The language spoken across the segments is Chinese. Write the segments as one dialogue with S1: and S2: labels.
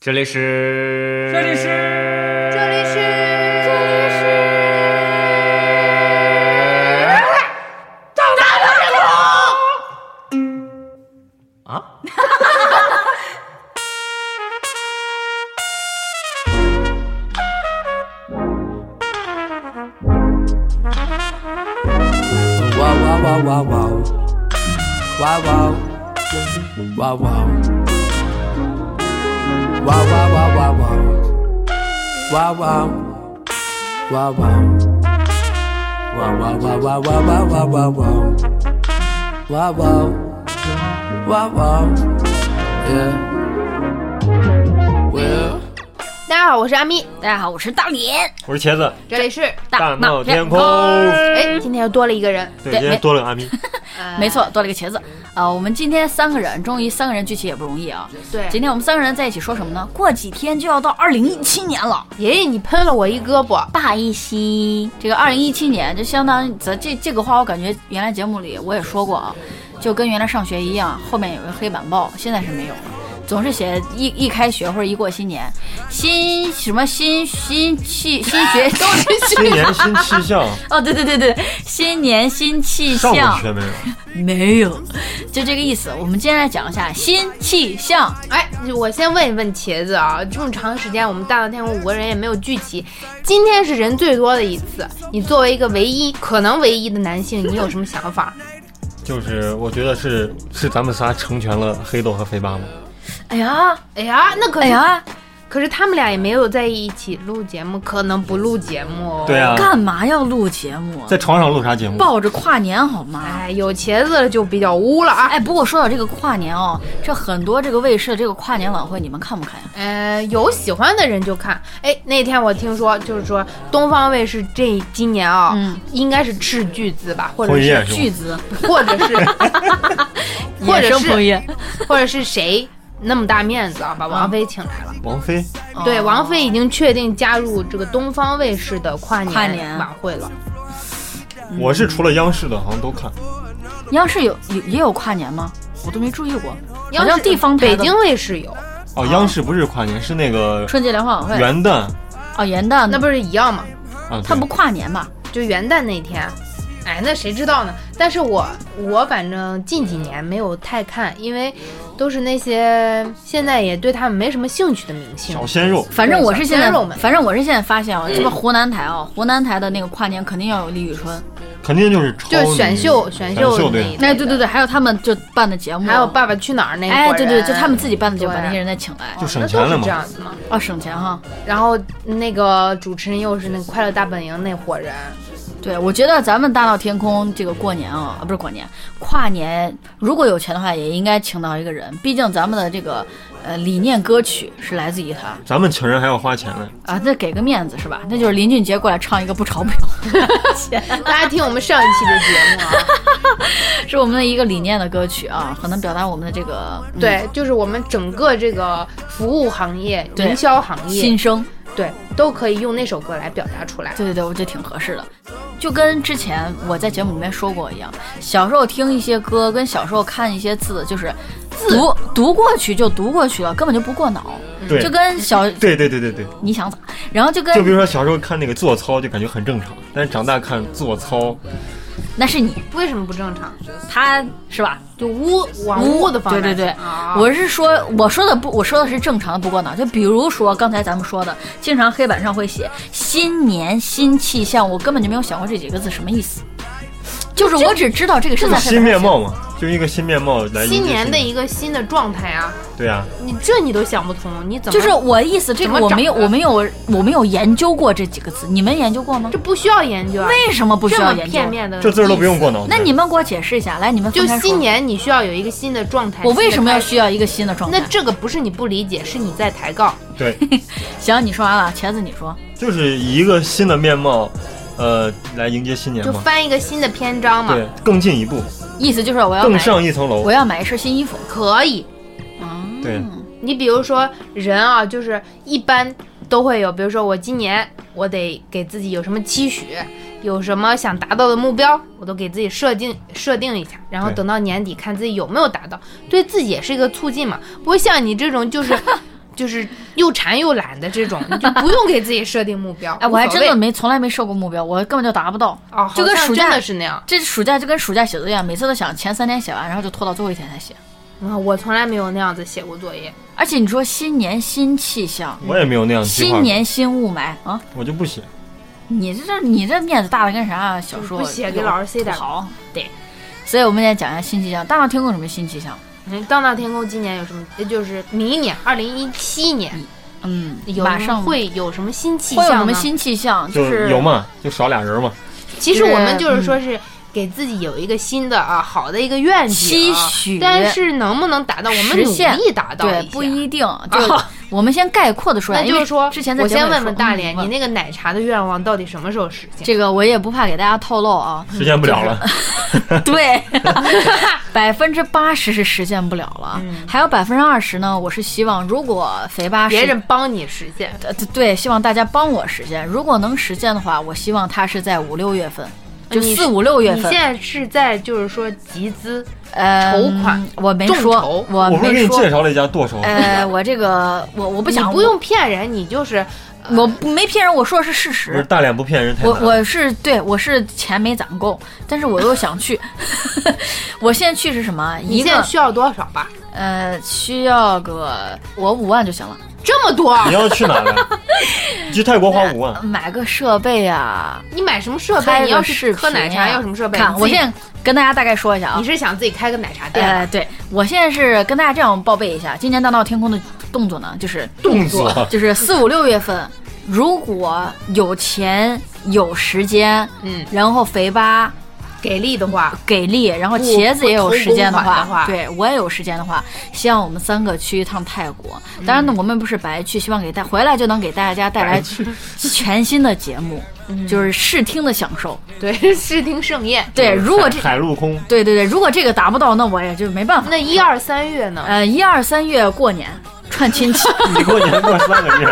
S1: 这里是，
S2: 这里是
S3: 这里是
S1: 啊，
S4: Wow wow wow wow wow wow wow wow wow wow wow wow wow wow wow wow wow wow wow wow wow wow wow wow wow wow wow wow wow wow yeah well
S3: 大家好，我是阿咪。大家好，我是大脸。
S2: 我是茄子，
S3: 这里是
S2: 大闹天空
S3: 哎，今天又多了一个人，
S2: 对，
S3: 对
S2: 今天
S3: 没
S2: 多了个阿咪，
S5: 没错，多了一个茄子。啊、我们今天三个人，终于三个人聚齐也不容易啊。
S3: 对
S5: 今天我们三个人在一起说什么呢？过几天就要到二零一七年了，
S3: 爷爷，你喷了我一胳膊。
S5: 不好意思，这个二零一七年就相当于咱这这个话，我感觉原来节目里我也说过啊，就跟原来上学一样，后面有个黑板报，现在是没有了。总是写一一开学或者一过新年，新什么新新气新学都是
S2: 新年新气象，
S5: 哦，对对对对，新年新气
S2: 上
S5: 象。
S2: 过学没有？
S5: 没有，就这个意思。我们今天来讲一下新气象。
S3: 哎，我先问一问茄子啊，这么长时间我们大闹天宫五个人也没有聚齐，今天是人最多的一次。你作为一个唯一，可能唯一的男性，你有什么想法？
S2: 就是我觉得是是咱们仨成全了黑豆和肥妈吗？
S5: 哎呀，
S3: 哎呀，那可
S5: 哎
S3: 是，
S5: 呀，
S3: 可是他们俩也没有在一起录节目，可能不录节目、哦。
S2: 对啊，
S5: 干嘛要录节目？
S2: 在床上录啥节目？
S5: 抱着跨年好吗？
S3: 哎，有茄子了就比较污了啊。
S5: 哎，不过说到这个跨年哦，这很多这个卫视的这个跨年晚会，你们看不看呀？
S3: 呃，有喜欢的人就看。哎，那天我听说，就是说东方卫视这今年啊、
S5: 嗯
S3: 应该是斥巨资吧，或者
S2: 侯爷
S3: 是
S2: 是吗
S5: 巨资，
S3: 或者 是 或者
S5: 衍生朋
S3: 是
S5: 友
S3: 或者是谁那么大面子啊，
S5: 嗯
S3: 把王菲请来了。
S2: 王菲，
S5: 哦
S3: 对，王菲已经确定加入这个东方卫视的跨
S5: 跨
S3: 年
S5: 年
S3: 晚会了。
S2: 我是除了央视的，好像都看。
S5: 央视有有也有跨年吗？我都没注意过，好
S3: 央
S5: 像
S3: 视
S5: 地方台
S3: 北
S5: 的
S3: 京卫视有，
S2: 哦，央视不是跨年，是那个
S5: 春节联欢晚会
S2: 元旦
S5: 哦，元旦
S3: 那不是一样吗？
S2: 啊，
S5: 它
S2: 对
S5: 不跨年吧？
S3: 就元旦那天。哎，那谁知道呢？但是我我反正近几年没有太看，因为都是那些现在也对他们没什么兴趣的明星
S2: 小。鲜肉，
S5: 反正我是现在
S3: 小鲜肉们，
S5: 反正我是现在发现啊，这个湖南台啊，湖南台的那个跨年肯定要有李宇春。
S2: 肯定就是超
S3: 就是选
S2: 女
S3: 秀
S2: 选
S3: 选秀那一
S2: 对
S3: 类，
S5: 哎，对对对，还有他们就办的节目，
S3: 嗯还有《爸爸去哪儿》那一伙人
S5: 哎，对对，就他们自己办的节目，
S3: 对啊
S5: 把那些人再请来，
S2: 就省
S3: 那
S2: 钱
S3: 都
S2: 了
S3: 是
S2: 嘛
S3: 这。样子嘛。
S5: 哦，省钱哈。
S3: 然后那个主持人又是那个《快乐大本营》那伙人，
S5: 对，我觉得咱们大闹天宫这个过年啊，啊不是过年，跨年，如果有钱的话，也应该请到一个人，毕竟咱们的这个呃理念歌曲是来自于他
S2: 咱们请人还要花钱呢，
S5: 啊，那给个面子是吧？那就是林俊杰过来唱一个不潮不摇，
S3: 大家听我们上一期的节目啊，
S5: 是我们的一个理念的歌曲啊，很能表达我们的这个、嗯
S3: 对，就是我们整个这个服务行业、
S5: 对
S3: 营销行业
S5: 心，声。
S3: 对，都可以用那首歌来表达出来。
S5: 对对对，我觉得挺合适的，就跟之前我在节目里面说过一样，小时候听一些歌，跟小时候看一些字，就是读读过去就读过去了，根本就不过脑，
S2: 对
S5: 就跟小
S2: 对对对对对，
S5: 你想咋，然后就
S2: 就比
S5: 跟
S2: 如说小时候看那个做操就感觉很正常，但是长大看做操，
S5: 那是你
S3: 为什么不正常？
S5: 他是吧？
S3: 就污往
S5: 污
S3: 污的方面
S5: 对对对
S3: 想啊、
S5: 我是说，我说的不，我说的是正常的不过脑，就比如说刚才咱们说的，经常黑板上会写新年新气象，我根本就没有想过这几个字什么意思，就是我只知道这个是
S2: 就
S5: 在
S2: 是
S5: 黑板上
S2: 新
S5: 写
S2: 面貌嘛，就一个新面貌来迎接
S3: 新年的
S2: 新
S3: 一个新的状态啊，
S2: 对啊，
S3: 你这你都想不通，你怎么
S5: 就是我意思，这
S3: 怎
S5: 个
S3: 么
S5: 我没有，
S3: 找的
S5: 我没有，我没有研究过这几个字，你们研究过吗
S3: 这？不需要研究啊，
S5: 为什么不需
S3: 这
S5: 要
S3: 么
S5: 研究？
S3: 片面的
S2: 这字儿都不用过
S3: 意思。
S2: 脑子。
S5: 那你们给我解释一下，来，你们
S3: 就
S5: 分开说
S3: 新，年你需要有一个新的状态。
S5: 我为什么要
S3: 新
S5: 需要一个新的状
S3: 的开
S5: 态？
S3: 始？那这个不是你不理解，是你在抬杠。
S2: 对，
S5: 行，你说完了，茄子你说，
S2: 就是以一个新的面貌，呃，来迎接新年
S3: 就
S2: 嘛。
S3: 翻一个新的篇章嘛。
S2: 对，更进一步，
S5: 意思就是我要
S2: 更
S5: 买，
S2: 上一层楼
S5: 我。要买一身新衣服。
S3: 可以，
S5: 嗯，
S2: 对，
S3: 你比如说人啊，就是一般都会有，比如说我今年我得给自己有什么期许，有什么想达到的目标，我都给自己设定设定一下，然后
S2: 对
S3: 等到年底看自己有没有达到，对自己也是一个促进嘛。不会像你这种就是就是又馋又懒的这种，你就不用给自己设定目标。
S5: 哎，我还
S3: 无所
S5: 真
S3: 谓
S5: 的没从来没设过目标，我根本就达不到。
S3: 哦，好
S5: 就跟
S3: 像
S5: 暑假
S3: 真的是那样。
S5: 这暑假就跟暑假写作业一样，每次都想前三天写完，然后就拖到最后一天才写。
S3: 啊，我从来没有那样子写过作业。
S5: 而且你说新年新气象，
S2: 我也没有那样的计划。
S5: 新年新雾霾啊！
S2: 我就不写，
S5: 你这你这面子大的跟啥？小时候
S3: 不写给老师塞点
S5: 好对。所以我们今天讲一下新气象，大闹天宫有什么新气象？
S3: 嗯，大闹天宫今年有什么？呃就是明年二零一七年
S5: 嗯，
S3: 有
S5: 马上
S3: 会有什么新气
S5: 会有什
S3: 象
S5: 么
S3: 呢？
S5: 新气象？
S2: 就是有嘛，就少俩人嘛。
S3: 其实
S5: 就是
S3: 我们就是说是给自己有一个新的啊好的一个愿景啊，
S5: 期许
S3: 但是能不能达到，我们
S5: 实
S3: 努
S5: 现
S3: 力达到
S5: 对
S3: 下啊
S5: 不。一定。 就我们先概括的说一下，
S3: 那就
S5: 因
S3: 是
S5: 为
S3: 说，
S5: 之前在
S3: 我
S5: 节目
S3: 先
S5: 里
S3: 问
S5: 说
S3: 问大连，
S5: 嗯
S3: 你那个奶茶的愿望到底什么时候实现？
S5: 这个我也不怕给大家透露啊，
S2: 实嗯现不了了，
S5: 对， 百分之八十是实现不了了，
S3: 嗯
S5: 还有百分之二十呢。我是希望，如果肥八
S3: 别
S5: 是
S3: 人帮你实现，
S5: 呃对对，希望大家帮我实现。如果能实现的话，我希望它是在五六月份，就
S3: 呃你
S5: 四五 六月
S3: 你
S5: 份
S3: 现。在是在就是说集资，
S5: 呃，
S3: 筹款
S5: 我没
S3: 众
S5: 说
S3: 筹，
S2: 我
S5: 我
S2: 不是给
S5: 没
S2: 你介
S5: 说。
S2: 绍了一家剁手，
S5: 呃，我这个我我不
S3: 你
S5: 想，
S3: 不用骗人，你就是
S5: 我，我不没骗人，我说的是事
S2: 不是
S5: 实。
S2: 大脸不骗人太
S5: 我
S2: 难了。
S5: 我是对我是钱没攒够，但是我又想去。 我现在去是什么？
S3: 你
S5: 一
S3: 现在
S5: 个
S3: 需要多少吧？
S5: 呃，需要个我五万就行了。
S3: 这么多，
S5: 哎
S2: 你要去哪呢？你去泰国花五万，
S5: 买个设备啊，
S3: 你买什么设
S5: 拍
S3: 备？
S5: 个
S3: 你要
S5: 视
S3: 是
S5: 频
S3: 喝奶茶
S5: 啊
S3: 要什么设备？
S5: 看，
S3: 你自
S5: 我
S3: 己
S5: 现在跟大家大概说一下啊
S3: 你。是想自己开个奶茶店啊吧？
S5: 呃，对我现在是跟大家这样报备一下，今年大闹天宫的动作呢，就是
S2: 动作
S5: 就是四五六月份，如果有钱有时间，
S3: 嗯，
S5: 然后肥八
S3: 给力的话，
S5: 给力，然后
S3: 不
S5: 茄子也有时间
S3: 不投公
S5: 话，
S3: 款的话
S5: 对我也有时间的话，希望我们三个去一趟泰国。
S3: 嗯
S5: 当然呢，我们不是白去，希望给带回来就能给大家带来全新的节目，
S3: 嗯
S5: 就是视听的享受。
S3: 对，视听盛宴。
S5: 对，如果这
S2: 海陆空
S5: 对对对，如果这个达不到，那我也就没办法。
S3: 那一二三月呢？
S5: 呃，一二三月过年串亲戚，
S2: 你过年过三 个月，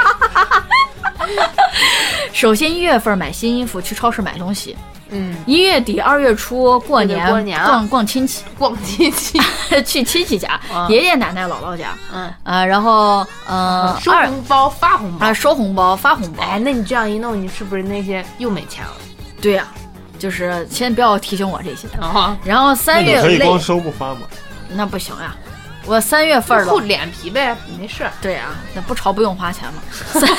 S5: 首先一月份买新衣服，去超市买东西。
S3: 嗯，
S5: 一月底二月初过
S3: 对
S5: 年
S3: 对过年啊
S5: 逛逛亲戚，
S3: 逛亲戚，
S5: 去亲戚家，
S3: 啊
S5: 爷爷奶奶姥姥家。
S3: 嗯，
S5: 呃，然后呃
S3: 收
S5: 二
S3: 红包发红包
S5: 啊。收红包发红包。
S3: 嗯哎，那你这样一弄，你是不是那些又没钱了？
S5: 对呀、就是先不要提醒我这些。
S3: 啊，
S5: 然后三
S2: 你
S5: 月
S2: 可以
S5: 累
S2: 光收不发嘛。
S5: 那不行呀、我三月份儿了
S3: 厚脸皮呗，没事儿。
S5: 对啊，那不潮不用花 钱嘛。三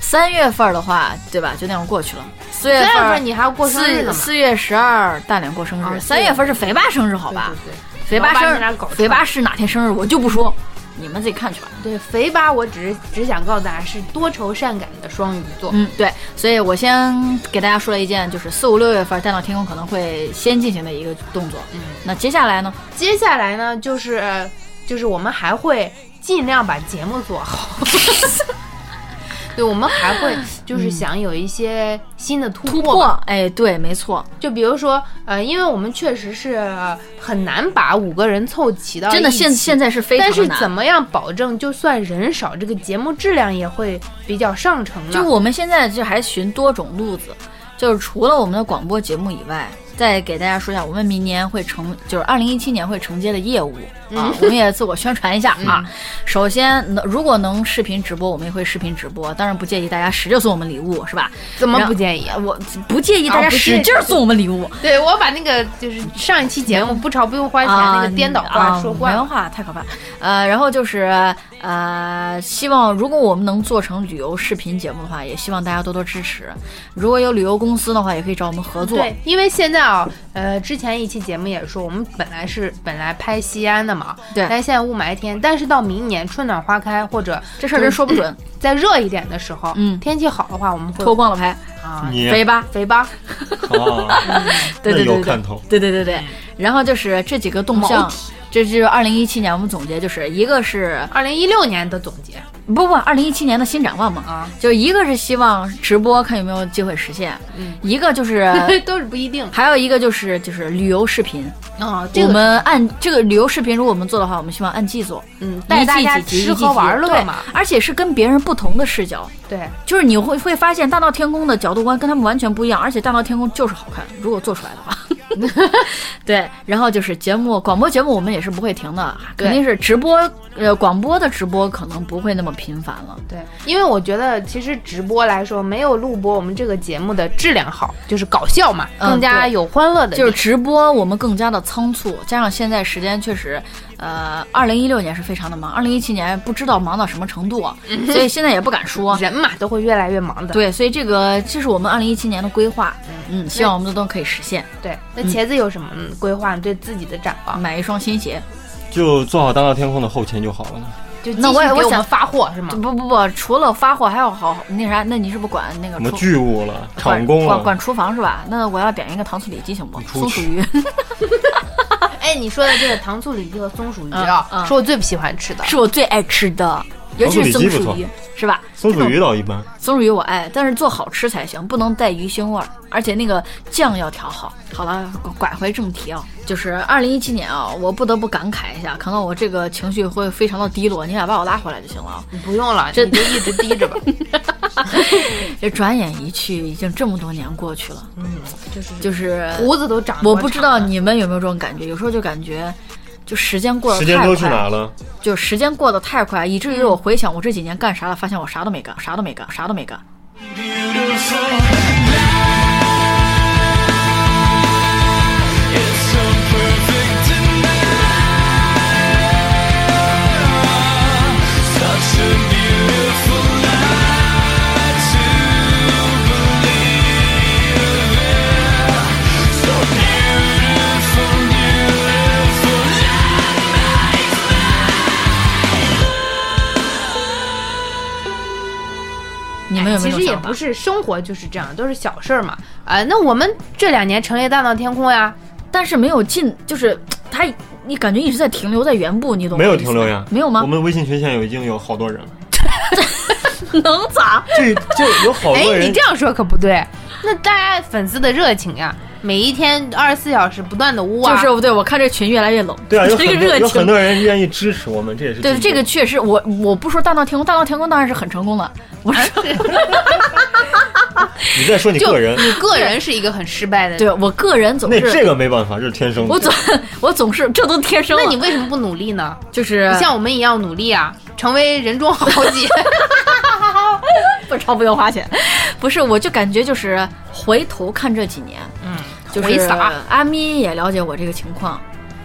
S5: 三月份儿的话，对吧？就那样过去了。四月
S3: 三
S5: 份
S3: 月
S5: 儿
S3: 份你还要过生日呢
S5: 四
S3: 嘛？
S5: 四月十二大脸过生
S3: 啊
S5: 日，
S3: 对
S5: 三月份是肥八生日，好
S3: 对
S5: 吧？
S3: 对对
S5: 肥八
S3: 老把你俩
S5: 生
S3: 搞
S5: 日，肥
S3: 串
S5: 八是哪天生日我就不说，你们自己看去吧。
S3: 对，肥八，我只是只想告诉大家是多愁善感的双鱼座。
S5: 嗯，对，所以我先给大家说了一件，就是四五六月份大闹天宫可能会先进行的一个动作。
S3: 嗯，
S5: 那接下来呢？
S3: 接下来呢，就是呃就是我们还会尽量把节目做好。 对，我们还会就是想有一些新的嗯突
S5: 突
S3: 破
S5: 破
S3: 吧，，
S5: 哎，对，没错，
S3: 就比如说，呃，因为我们确实是呃很难把五个人凑齐到
S5: 真的
S3: 一起
S5: 现现在是非常
S3: 但是
S5: 难
S3: 怎么样保证，就算人少，这个节目质量也会比较上乘呢？
S5: 就我们现在就还寻多种路子，就是除了我们的广播节目以外，再给大家说一下，我们明年会承，就是二零一七年会承接的业务、
S3: 嗯
S5: 啊，我们也自我宣传一下啊。首先，能如果能视频直播，我们也会视频直播，当然不介意大家使劲送我们礼物，是吧？
S3: 怎么
S5: 然
S3: 不建议？
S5: 我不介意
S3: 啊
S5: 大家
S3: 不介意
S5: 使劲送我们礼物。
S3: 对我把那个就是上一期节目不潮不用花钱、
S5: 啊，
S3: 那个颠倒话说惯
S5: 啊
S3: 了。
S5: 原话太可怕。呃，然后就是呃，希望如果我们能做成旅游视频节目的话，也希望大家多多支持。如果有旅游公司的话，也可以找我们合作。
S3: 对，因为现在啊、呃，之前一期节目也说，我们本来是本来拍西安的嘛，
S5: 对
S3: 但是现在雾霾天，但是到明年春暖花开或者
S5: 这事儿真说不准，
S3: 再热一点的时候，
S5: 嗯
S3: 天气好的话，我们会
S5: 脱光了拍，
S3: 啊，
S2: 你
S5: 肥吧？
S3: 肥吧，
S2: 啊，
S5: 对
S2: 那有
S5: 对对对
S2: 看头，
S5: 对对对对。然后就是这几个动向
S3: 嗯毛体。
S5: 这就是二零一七年，我们总结就是一个是
S3: 二零一六年的总结
S5: 不不，二零一七年的新展望嘛，
S3: 啊，
S5: 就是一个是希望直播看有没有机会实现，
S3: 嗯
S5: 一个就是
S3: 都是不一定
S5: 还有一个就是就是旅游视频，
S3: 啊，这
S5: 我
S3: 个
S5: 们按这个旅游视频，如果我们做的话，我们希望按季做，
S3: 嗯，带大家
S5: 一季几集
S3: 吃喝玩乐嘛，，
S5: 对而且是跟别人不同的视角，
S3: 对，
S5: 就是你 会会发现大闹天宫的角度观跟他们完全不一样，而且大闹天宫就是好看，如果做出来的话，对，然后就是节目，广播节目我们也是不会停的，肯定是直播，呃，广播的直播可能不会那么频繁了。
S3: 对，因为我觉得其实直播来说，没有录播，我们这个节目的质量好，就是搞笑嘛，
S5: 嗯
S3: 更加
S5: 对
S3: 有欢乐的地
S5: 就
S3: 方。
S5: 是直播，我们更加的仓促，加上现在时间确实，呃，二零一六年是非常的忙，二零一七年不知道忙到什么程度，啊所以现在也不敢说。
S3: 人嘛，都会越来越忙嗯的。
S5: 对，所以这个这是我们二零一七年的规划，嗯，希望我们都可以实现，
S3: 对，那茄子有什么嗯规划？对自己的展望？
S5: 买一双新鞋。
S2: 就做好《大闹天空》的后勤就好了呢。
S3: 就
S5: 那我也
S3: 继续给
S5: 我
S3: 我
S5: 想
S3: 们发货是吗？
S5: 不不不，除了发货还要好那啥，那你是不是管那
S2: 什么
S5: 个厨
S2: 剧务了、
S5: 管
S2: 场工
S5: 管
S2: 了，
S5: 管厨房是吧？那我要点一个糖醋里脊行不？
S2: 出
S5: 松
S2: 去
S5: 鼠鱼。
S3: 哎，你说的这个糖醋里脊和松鼠鱼
S5: 嗯
S3: 啊，
S5: 嗯
S3: 是我最不喜欢吃的。
S5: 是我最爱吃的，尤其是松鼠鱼，是吧？
S2: 松鼠
S5: 这
S2: 鱼
S5: 种
S2: 倒一般。
S5: 松鼠鱼我爱，但是做好吃才行，不能带鱼腥味儿，而且那个酱要调好。好了，拐拐回正题啊，就是二零一七年啊，我不得不感慨一下，可能我这个情绪会非常的低落，你俩把我拉回来就行了啊。
S3: 你不用了，
S5: 这
S3: 你就一直低 着吧。
S5: 这转眼一去，已经这么多年过去了，
S3: 嗯，就是
S5: 就是
S3: 胡子都长。
S5: 我不知道。你们有没有这种感觉，有时候就感觉。就时间过得
S2: 时
S5: 太
S2: 间
S5: 快，
S2: 都去哪了？
S5: 就时间过得太快，以至于我回想我这几年干啥了，发现我啥都没干，啥都没干，啥都没干。你们有没有
S3: 哎其
S5: 这
S3: 实
S5: 种
S3: 也
S5: 想法？
S3: 不是生活就是这样，都是小事儿嘛。啊，那我们这两年成立大闹天空呀，
S5: 但是没有进，就是他，你感觉一直在停留在原步，你懂我
S2: 没有
S5: 的意思
S2: 停留呀
S5: 吗？没有吗
S2: 我？们微信群现在有已经有好多人了，
S5: 能咋？
S2: 这就有好
S3: 哎
S2: 多，
S3: 你
S2: 人
S3: 这。样说可不对。那大家粉丝的热情呀，每一天二十四小时不断的呜啊，
S5: 就是对我看这群越来越冷，
S2: 对啊，有
S5: 这
S2: 很
S5: 个
S2: 多
S5: 热
S2: 有很
S5: 情。
S2: 多人愿意支持我们，这也是
S5: 对
S2: 进步
S5: 这个确实，我我不说大闹天宫，大闹天宫当然是很成功的。我是
S2: 你在说你
S3: 就
S2: 个人，
S3: 你个人是一个很失败的。
S5: 对我个人总
S2: 那
S5: 是，
S2: 这个没办法，这是天生的。
S5: 我总我总是这都天生了。
S3: 那你为什么不努力呢？
S5: 就是
S3: 你像我们一样努力啊，成为人中 豪杰。
S5: 不超不用花钱，不是，我就感觉就是回头看这几年，
S3: 嗯，
S5: 就是
S3: 回撒
S5: 阿咪也了解我这个情况，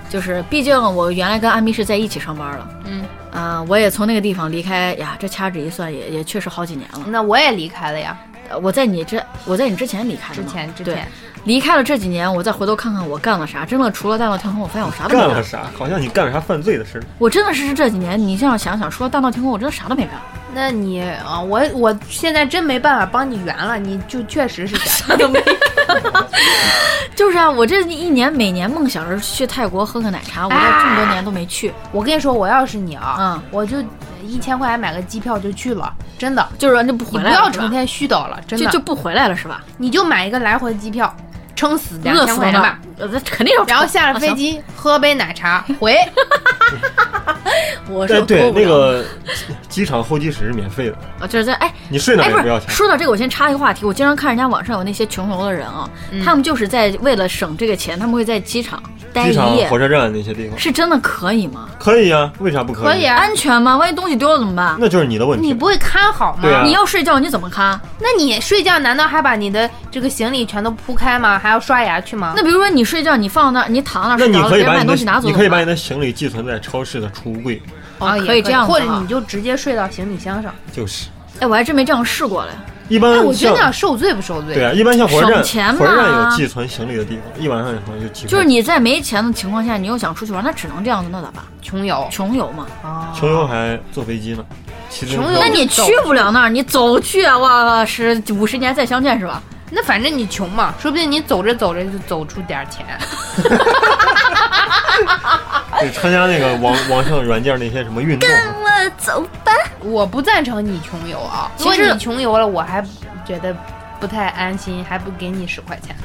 S5: 就是毕竟我原来跟阿咪是在一起上班了，
S3: 嗯，
S5: 啊、我也从那个地方离开呀，这掐指一算也也确实好几年了。
S3: 那我也离开了呀，
S5: 呃我在你这，我在你之前离开的
S3: 之
S5: 嘛，
S3: 前之
S5: 对
S3: 前，
S5: 离开了这几年，我再回头看看我干了啥，真的除了大闹天宫，我发现我啥都没
S2: 干
S5: 干
S2: 了。啥？好像你干了啥犯罪的事儿。
S5: 我真的是这几年，你这样想想，除了大闹天宫，我真的啥都没干，
S3: 那你啊，我我现在真没办法帮你圆了，你就确 实是这样。
S5: 都没干。就是啊，我这一年每年梦想着去泰国喝个奶茶，我到这么多年都没去。
S3: 我跟你说，我要是你啊，
S5: 嗯
S3: 我就一千块钱买个机票就去了，真的。
S5: 就是那不
S3: 你
S5: 回
S3: 不
S5: 来了，
S3: 要
S5: 是吧
S3: 成天絮叨了，真
S5: 就
S3: 的。
S5: 就不回来了是吧？
S3: 你就买一个来回机票，撑死两
S5: 饿
S3: 千
S5: 死
S3: 块
S5: 了
S3: 钱吧，，
S5: 呃，那肯定要。
S3: 然后下了飞，机喝杯奶茶 回。
S5: 我是
S2: 对对，
S5: 脱不
S2: 那
S5: 了
S2: 个 机场候机室是免费的，
S5: 啊，就是在哎
S2: 你睡哪
S5: 哎，
S2: 儿也不要
S5: 是，
S2: 钱。
S5: 说到这个，我先插一个话题，我经常看人家网上有那些穷游的人啊，
S3: 嗯
S5: 他们就是在为了省这个钱，他们会在机场待
S2: 机
S5: 一
S2: 场、
S5: 夜
S2: 火，车站那些地方
S5: 是真的可以吗？
S2: 可以啊，为啥不可
S3: 可以啊
S5: 安全吗？万一东西丢了怎么办？
S2: 那就是你的问题。
S3: 你不会看好吗
S2: 对？啊
S5: 你要睡觉你怎么看？
S3: 那你睡觉难道还把你的这个行李全都铺开吗？还要刷牙去吗？
S5: 那比如说你睡觉，你放那儿，你躺那儿
S2: 那
S5: 睡
S2: 你
S5: 着了，
S2: 可以
S5: 别人
S2: 把
S5: 把
S2: 你
S5: 东西拿
S2: 的
S5: 走，
S2: 你可以把你的行李寄存在超市的储物柜，
S5: 哦
S3: 啊，也
S5: 可以这样子
S3: 或者
S5: 哈
S3: 你就直接睡到行李箱上。
S2: 就是
S5: 哎，我还真没这样试过嘞。
S2: 一
S3: 哎，
S2: 般
S3: 我觉得这样
S2: 像
S3: 受罪不受罪？
S2: 啊对啊，一般像火车
S5: 省钱
S2: 站，
S5: 嘛
S2: 火车站有寄存行李的地方，一晚上可能就寄。
S5: 就是你在没钱的情况下，你又想出去玩，那只能这样子，那咋办？
S3: 穷游
S5: 穷游嘛。
S3: 啊，
S2: 穷游还坐飞机呢，骑自行车
S3: 穷游
S5: 那你去不了那儿，你走去啊！哇，十五十年再相见是吧？
S3: 那反正你穷嘛，说不定你走着走着就走出点儿钱。
S2: 就参加那个网网上软件那些什么运动，
S5: 我走吧。
S3: 我不赞成你穷游啊，
S5: 其
S3: 如果
S5: 实
S3: 你穷游了，我还觉得不太安心，还不给你十块钱呢，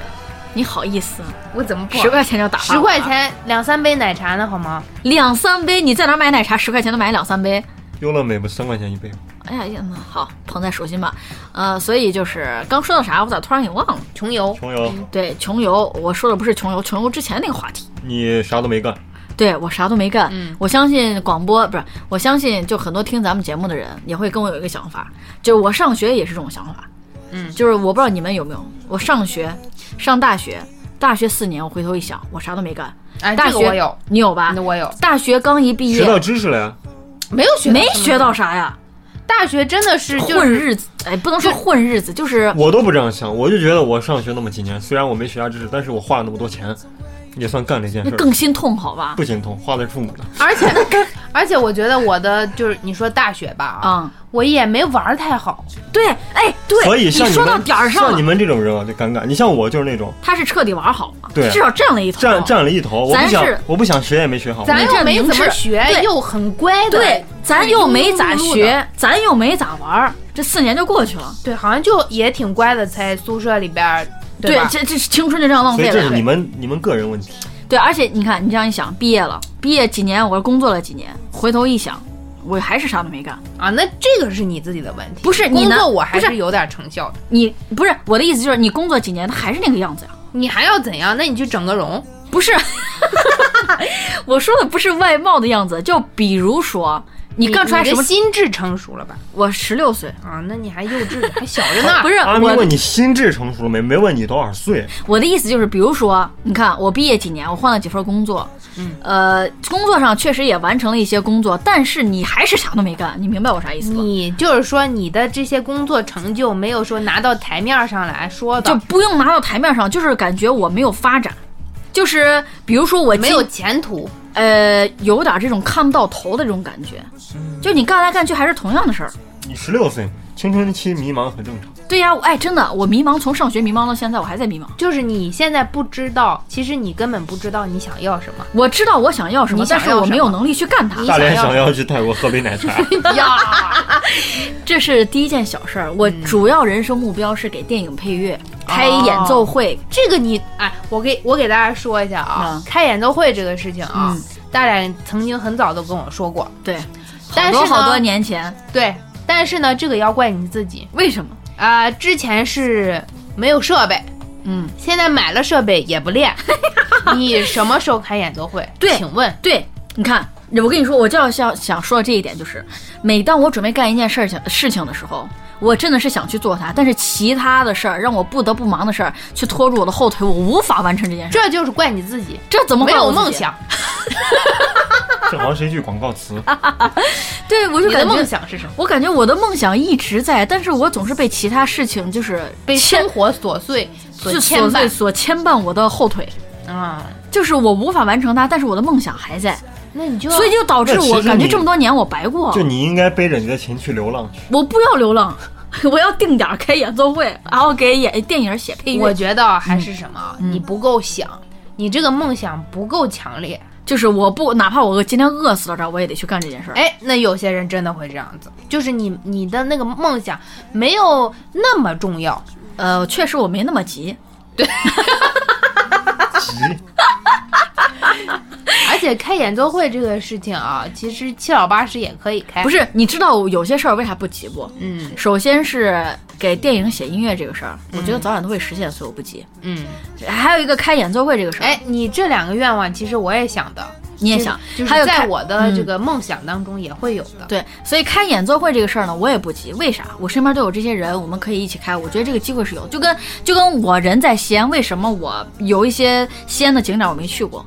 S5: 你好意思？
S3: 我怎么不好啊
S5: 十块钱就打发
S3: 十
S5: 我
S3: 块
S5: 了，啊
S3: 钱两三杯奶茶呢，好吗？
S5: 两三杯，你在哪儿买奶茶？十块钱能买两三杯？
S2: 优乐美不三块钱一杯吗？
S5: 哎呀呀，嗯好，捧在手心吧。呃，所以就是刚说到啥，我咋突然给忘了？
S3: 穷游，
S2: 穷游，
S5: 对，穷游，我说的不是穷游，穷游之前那个话题。
S2: 你啥都没干，
S5: 对我啥都没干，
S3: 嗯
S5: 我相信广播不是，我相信就很多听咱们节目的人也会跟我有一个想法，就是我上学也是这种想法，
S3: 嗯
S5: 就是我不知道你们有没有，我上学上大学，大学四年，我回头一想，我啥都没干，
S3: 哎，
S5: 大
S3: 这
S5: 学、
S3: 个我有，
S5: 你有吧
S3: 那？我有，
S5: 大学刚一毕
S2: 学到
S5: 业，
S2: 知识了呀。
S3: 没有学
S5: 没
S3: 到什么
S5: 学到啥呀？
S3: 大学真的是就
S5: 混
S3: 是
S5: 日子，哎，不能说混日子，就是
S2: 我都不这样想，我就觉得我上学那么几年，虽然我没学啥知识，但是我花了那么多钱，也算干了一件
S5: 那
S2: 事儿。
S5: 更心痛，好吧？
S2: 不心痛，花的是父母的。
S3: 而且 而且我觉得我的就是你说大学吧啊，
S5: 啊、
S3: 我也没玩儿太好，
S5: 对，哎，对，
S2: 所以像
S5: 你
S2: 你
S5: 说
S2: 们
S5: 到点儿上
S2: 像你
S5: 了，
S2: 们这种人啊，就尴尬。你像我就是那种
S5: 他是彻底玩好了，
S2: 对
S5: 至少占了一头，
S2: 占占了一头，我不
S5: 咱
S2: 想
S5: 是
S2: 我不想学也没学好。
S3: 咱
S5: 你这
S3: 又没
S5: 明
S3: 怎么
S5: 智
S3: 学，
S5: 对
S3: 又很乖的，
S5: 对，咱又没咋
S3: 庸庸碌碌的，
S5: 学，咱又没咋玩儿，这四年就过去了。
S3: 对，好像就也挺乖的，在宿舍里边儿，吧？
S5: 这这是青春就这样浪
S2: 所
S5: 费
S2: 以这是
S5: 了
S2: 你。们你们个人问题。
S5: 对，而且你看，你这样一想，毕业了，毕业几年，我工作了几年，回头一想，我还是啥都没干。
S3: 啊，那这个是你自己的问题，
S5: 不是你
S3: 工
S5: 呢
S3: 作我还
S5: 不是
S3: 是有点成效的，
S5: 你不是我的意思，就是你工作几年，他还是那个样子呀？
S3: 你还要怎样？那你去整个容，
S5: 不是， 我说的不是外貌的样子，就比如说你
S3: 你
S5: 干出来
S3: 你
S5: 什
S3: 的
S5: 么？
S3: 心智成熟了吧？
S5: 我十六岁，
S3: 啊，那你还幼稚，还小 着呢。
S5: 不是
S2: 阿
S5: 我
S2: 明
S5: 的
S2: 啊问你心智成熟了没？没问你多少岁。
S5: 我的意思就是，比如说，你看我毕业几年，我换了几份工作，
S3: 嗯，
S5: 呃，工作上确实也完成了一些工作，但是你还是啥都没干，你明白我啥意思吗？
S3: 你就是说你的这些工作成就没有说拿到台面上来说
S5: 就
S3: 的，
S5: 不用拿到台面上，就是感觉我没有发展，就是比如说我今
S3: 没有前途。
S5: 呃有点这种看不到头的这种感觉，就你干来干去还是同样的事儿。
S2: 你十六岁，青春期迷茫很正常。
S5: 对呀、我哎，真的，我迷茫，从上学迷茫到现在，我还在迷茫。
S3: 就是你现在不知道，其实你根本不知道你想要什么。
S5: 我知道我想要什么，
S3: 你想
S5: 但
S3: 要
S5: 是我没
S3: 什
S5: 有
S3: 么
S5: 能力去干它
S3: 你。
S2: 大连
S3: 想要
S2: 想要去泰国喝杯奶 茶，
S5: 这是第一件小事儿。我主要人生目标是给电影配乐，开
S3: 哦
S5: 演奏会，
S3: 这个你哎，我给我给大家说一下
S5: 嗯，
S3: 啊开演奏会这个事情啊
S5: 嗯，
S3: 大脸曾经很早都跟我说过，
S5: 对，好
S3: 但
S5: 多
S3: 是呢
S5: 好多年前，
S3: 对，但是呢，这个要怪你自己
S5: 为什么？
S3: 啊、之前是没有设备，
S5: 嗯，
S3: 现在买了设备也不 练，你什么时候开演奏会？
S5: 对
S3: 请问
S5: 对，你看，我跟你说，我就要想想说的这一点就是，每当我准备干一件事情事情的时候，我真的是想去做它，但是其他的事儿让我不得不忙的事儿，去拖住我的后腿，我无法完成这件事。
S3: 这就是怪你自己，
S5: 这怎么
S3: 没
S5: 会
S3: 有梦？
S5: 啊
S3: 想？
S2: 这好像是一句广告词。
S5: 哦啊对，我就
S3: 你的
S5: 感
S3: 梦
S5: 觉。
S3: 想是什么？
S5: 我感觉我的梦想一直在，但是我总是被其他事情就是
S3: 被
S5: 牵
S3: 生活琐碎所
S5: 就
S3: 牵
S5: 所谓
S3: 绊
S5: 所牵绊我的后腿，
S3: 啊、
S5: 就是我无法完成它，但是我的梦想还在，
S3: 那你就
S5: 所以就导致
S2: 那其实
S5: 我感觉
S2: 你
S5: 这么多年我白过。
S2: 就你应该背着你的琴去流浪去。
S5: 我不要流浪， 我要定点儿开演奏会，然后给演电影写配乐。
S3: 我觉得还是什么，
S5: 嗯
S3: 你不够想，你这个梦想不够强烈。
S5: 就是我不，哪怕我今天饿死到这儿，我也得去干这件事儿。
S3: 哎，那有些人真的会这样子，就是你你的那个梦想没有那么重要，
S5: 呃，确实我没那么急，
S2: 急，
S3: 而且开演奏会这个事情啊，其实七老八十也可以开。
S5: 不，是？你知道有些事儿为啥不急不？
S3: 嗯
S5: 首先是给电影写音乐这个事儿，我觉得早晚都会实现，所以我不急。
S3: 嗯，
S5: 还有一个开演奏会这个事儿，
S3: 哎，你这两个愿望其实我也想的，
S5: 你也想，
S3: 就是
S5: 还有
S3: 在
S5: 开
S3: 我的这
S5: 嗯
S3: 个梦想当中也会有的。
S5: 对，所以开演奏会这个事儿呢，我也不急。为啥？我身边都有这些人，我们可以一起开。我觉得这个机会是有，就跟就跟我人在西安，为什么我有一些西安的景点我没去过？